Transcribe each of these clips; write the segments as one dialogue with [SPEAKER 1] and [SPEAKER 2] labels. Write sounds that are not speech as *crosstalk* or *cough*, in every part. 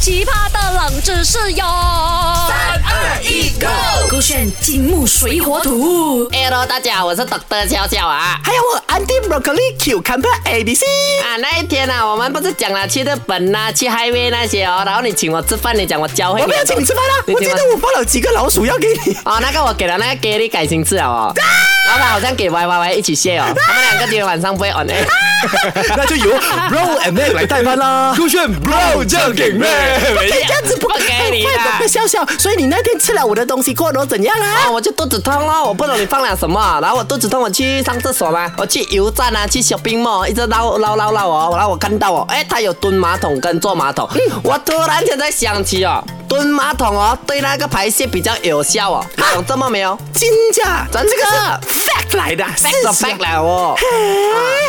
[SPEAKER 1] 奇葩的冷知识哟！三
[SPEAKER 2] 二一，Go！
[SPEAKER 1] 勾选金木水火土。
[SPEAKER 3] Hello，大家好，我是 Doctor 悄悄啊。
[SPEAKER 2] 还有哎我 Andy Broccoli Q Camper A B C。
[SPEAKER 3] 啊，那一天啊，我们不是讲了去日本呐、去 highway 那些哦，然后你请我吃饭，你讲我教会
[SPEAKER 2] 我
[SPEAKER 3] 你
[SPEAKER 2] 没有
[SPEAKER 3] 的东
[SPEAKER 2] 请哎你
[SPEAKER 3] 西。
[SPEAKER 2] 吃饭啦，
[SPEAKER 3] 你
[SPEAKER 2] 我
[SPEAKER 3] 请
[SPEAKER 2] 记
[SPEAKER 3] 我
[SPEAKER 2] 得我包了几个老鼠药给你。
[SPEAKER 3] 哦，那个我给了那个 Gary 改心字了哦，然后他好像给 Y Y Y 一起谢哦，他们两个今天晚上不会 on air。
[SPEAKER 2] *laughs* 那就由 Bro and Mac 来代班啦。酷炫 Bro 酱给 Mac，不可以这样子，不
[SPEAKER 3] 不给你
[SPEAKER 2] 快
[SPEAKER 3] 啦
[SPEAKER 2] 点笑笑。所以你那天吃了我的东西过后怎样啊？
[SPEAKER 3] 哦，我就肚子痛哦，我不懂你放了什么，然后我肚子痛，我去上厕所嘛，我去油站啊，去 shopping mall，一直捞捞捞捞哦，然后我看到哦，哎，他有蹲马桶跟坐马桶，
[SPEAKER 2] 嗯
[SPEAKER 3] 我突然间在想起哦，蹲马桶哦，对那个排泄比较有效哦，你懂这么没有？
[SPEAKER 2] 金价，
[SPEAKER 3] 真的
[SPEAKER 2] 这个 *laughs* 是 fact 来的，
[SPEAKER 3] back
[SPEAKER 2] 事
[SPEAKER 3] to
[SPEAKER 2] 实
[SPEAKER 3] back 了哦，啊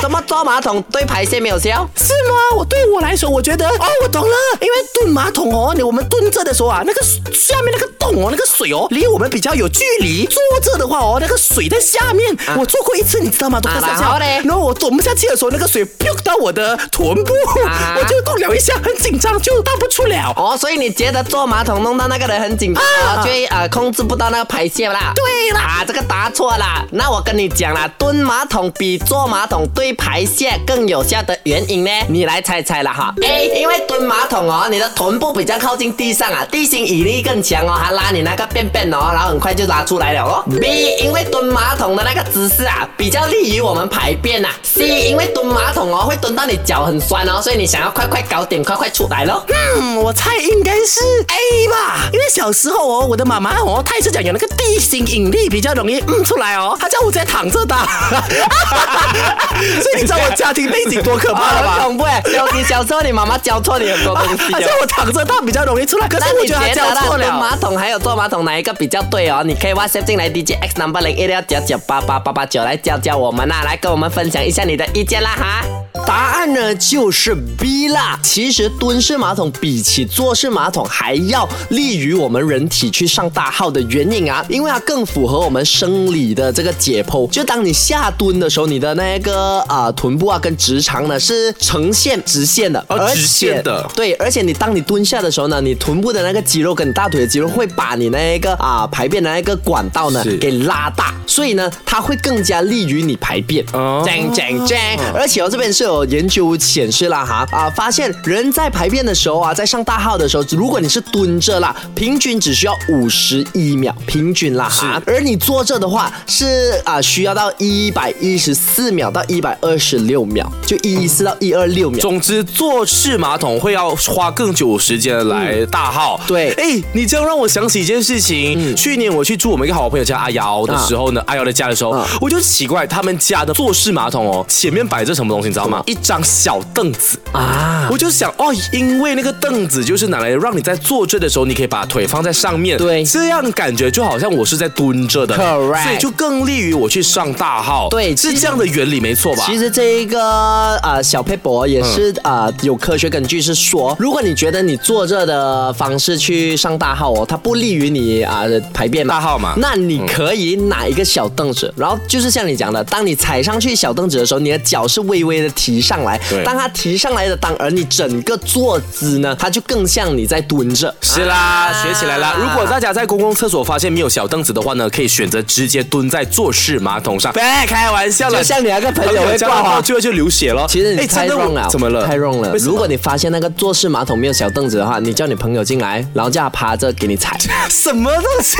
[SPEAKER 3] 怎么坐马桶对排泄没有效？
[SPEAKER 2] 是吗？我对我来说，我觉得哦，我懂了，因为蹲马桶哦，你我们蹲着的时候啊，那个水下面那个洞哦，那个水哦，离我们比较有距离。坐着的话哦，那个水在下面。我做过一次，你知道吗？都不
[SPEAKER 3] 然后啊嘞
[SPEAKER 2] 然后我蹲不下去的时候，那个水 p 到我的臀部，
[SPEAKER 3] 啊
[SPEAKER 2] 我就动了一下，很紧张，就大不出了。
[SPEAKER 3] 哦，所以你觉得坐马桶弄到那个人很紧张，
[SPEAKER 2] 啊
[SPEAKER 3] 然后就会呃控制不到那个排泄啦？
[SPEAKER 2] 对啦
[SPEAKER 3] 啊，这个答错啦。那我跟你讲啦，蹲马桶比坐马桶对排泄更有效的原因呢，你来猜猜啦哈。A，因为
[SPEAKER 2] 哎
[SPEAKER 3] 蹲马桶哦，你的臀部比较靠近地上啊，地心引力更强哦，它拉你那个便便哦，然后很快就拉出来了哦。B，因为蹲马桶的那个姿势啊，比较利于我们排便呐、啊。C，因为蹲马桶哦，会蹲到你脚很酸哦，所以你想要快快搞点，快快出来咯。
[SPEAKER 2] 嗯，我猜应该是 A 吧，因为小时候哦，我的妈妈哦，她也是讲有那个地心引力比较容易嗯出来哦，她叫我直接躺着打， *laughs* 所以你知道我家庭背景多可怕了
[SPEAKER 3] 啊，很
[SPEAKER 2] 吧？
[SPEAKER 3] 恐怖哎！小你小时候你妈妈教错你很多东西
[SPEAKER 2] 她 *laughs*
[SPEAKER 3] 哦
[SPEAKER 2] 叫。我躺着打比较容易出来，可
[SPEAKER 3] 那
[SPEAKER 2] 是我
[SPEAKER 3] 你
[SPEAKER 2] 觉
[SPEAKER 3] 觉
[SPEAKER 2] 得她
[SPEAKER 3] 得
[SPEAKER 2] 教
[SPEAKER 3] 啦
[SPEAKER 2] 错
[SPEAKER 3] 蹲马
[SPEAKER 2] 了。
[SPEAKER 3] 桶还有坐马桶哪一个比较对哦？你可以 WhatsApp 进来 DJX number 零一六九九八八八八九来教教我们啊呐、来跟我们分享一下你的意见啦哈。答案呢就是 B 啦。其实蹲式马桶比起坐式马桶还要利于我们人体去上大号的原因啊，因为它更符合我们生理的这个解剖。就当你下蹲的时候，你的那个啊、臀部啊跟直肠呢是呈现直线的，
[SPEAKER 4] 哦
[SPEAKER 3] 而
[SPEAKER 4] 直线
[SPEAKER 3] 且
[SPEAKER 4] 的
[SPEAKER 3] 对，而且你当你蹲下的时候呢，你臀部的那个肌肉跟你大腿的肌肉会把你那个啊排便的那个管道呢
[SPEAKER 4] 是
[SPEAKER 3] 给拉大，所以呢，它会更加利于你排便。
[SPEAKER 4] 哦
[SPEAKER 3] 讲讲讲！而且哦，这边是有研究显示啦哈啊，发现人在排便的时候啊，在上大号的时候，如果你是蹲着啦，平均只需要五十一秒，平均啦哈。而你坐着的话是啊，需要到一百一十四秒到一百二十六秒，就一一四到一二六秒。
[SPEAKER 2] 哦
[SPEAKER 4] 总之，坐式马桶会要花更久时间来大号。
[SPEAKER 3] 对嗯
[SPEAKER 4] 哎，你这样让我想起一件事情。去年我去住我们一个好朋友家阿瑶的时候呢，阿瑶的家的时候
[SPEAKER 3] 啊，
[SPEAKER 4] 我就奇怪他们家的坐式马桶哦，前面摆着什么东西，你知道
[SPEAKER 3] 嗯
[SPEAKER 4] 吗？一张小凳子啊。我就想哦，因为那个凳子就是拿来让你在坐着的时候，你可以把腿放在上面，
[SPEAKER 3] 对
[SPEAKER 4] 这样感觉就好像我是在蹲着的
[SPEAKER 3] Correct
[SPEAKER 4] 所以就更利于我去上大号。是
[SPEAKER 3] 对其实
[SPEAKER 4] 这样的原理没错吧？
[SPEAKER 3] 其实这一个呃小佩博也是、呃有科学根据是说，如果你觉得你坐着的方式去上大号哦，它不利于你啊、呃排便嘛
[SPEAKER 4] 大号嘛
[SPEAKER 3] 那你可以拿一个小凳子，然后就是像你讲的，当你踩上去小凳子的时候，你的脚是微微的提上来，
[SPEAKER 4] 对
[SPEAKER 3] 当它提上来的当而你整个坐姿呢，它就更像你在蹲着。
[SPEAKER 4] 是啦，
[SPEAKER 3] 啊
[SPEAKER 4] 学起来啦。如果大家在公共厕所发现没有小凳子的话呢，可以选择直接蹲在坐式马桶上。别开玩笑
[SPEAKER 3] 就
[SPEAKER 4] 了，
[SPEAKER 3] 像你那个朋友会
[SPEAKER 4] 这
[SPEAKER 3] 挂
[SPEAKER 4] 样的话
[SPEAKER 3] 啊。
[SPEAKER 4] 就会就流血了。
[SPEAKER 3] 其实你
[SPEAKER 4] 哎
[SPEAKER 3] 太
[SPEAKER 4] 真的我
[SPEAKER 3] wrong 了，
[SPEAKER 4] 怎么了？
[SPEAKER 3] 太 wrong 了
[SPEAKER 4] 为。什么
[SPEAKER 3] 如果你发现那个坐式马桶没有小凳子的话，你叫你朋友进来，然后叫他趴着给你踩， *laughs*
[SPEAKER 4] 什么东西？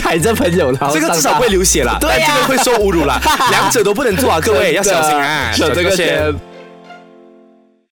[SPEAKER 3] 踩着朋友，然后
[SPEAKER 4] 这个至少不会
[SPEAKER 3] 流。
[SPEAKER 4] 流血啦，
[SPEAKER 3] 对呀 *laughs*
[SPEAKER 4] 但这个会受侮辱啦，两者都不能做啊，各位要小心啊，
[SPEAKER 3] 真
[SPEAKER 4] 小
[SPEAKER 3] 的这
[SPEAKER 4] 心
[SPEAKER 3] 个
[SPEAKER 4] 些
[SPEAKER 3] 先